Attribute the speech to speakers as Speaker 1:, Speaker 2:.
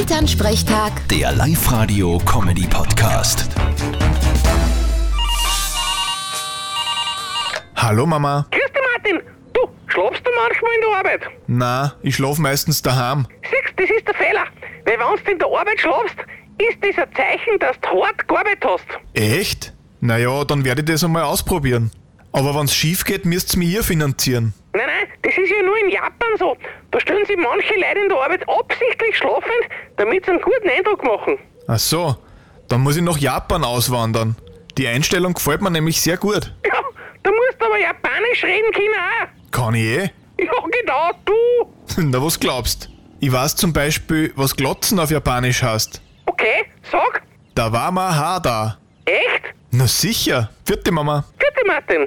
Speaker 1: Elternsprechtag,
Speaker 2: Der Live-Radio-Comedy-Podcast.
Speaker 3: Hallo Mama.
Speaker 4: Grüß dich, Martin. Du, schlafst du manchmal in der Arbeit?
Speaker 3: Na, ich schlaf meistens daheim.
Speaker 4: Siehst, das ist der Fehler. Weil wenn du in der Arbeit schlafst, ist das ein Zeichen, dass du hart gearbeitet hast.
Speaker 3: Echt? Naja, dann werde ich das einmal ausprobieren. Aber wenn's schief geht, müsst's mir ihr finanzieren.
Speaker 4: Nein, nein, das ist ja nur in Japan so. Da stellen sich manche Leute in der Arbeit absichtlich schlafend, damit sie einen guten Eindruck machen.
Speaker 3: Ach so, dann muss ich nach Japan auswandern. Die Einstellung gefällt mir nämlich sehr gut.
Speaker 4: Ja, da musst du aber japanisch reden können auch.
Speaker 3: Kann ich eh?
Speaker 4: Ja, genau, du.
Speaker 3: Na, was glaubst? Ich weiß zum Beispiel, was Glotzen auf Japanisch heißt.
Speaker 4: Okay, sag.
Speaker 3: Da war ma Hada.
Speaker 4: Echt?
Speaker 3: Na sicher. Vierte Mama.
Speaker 4: Grüß dich, Martin.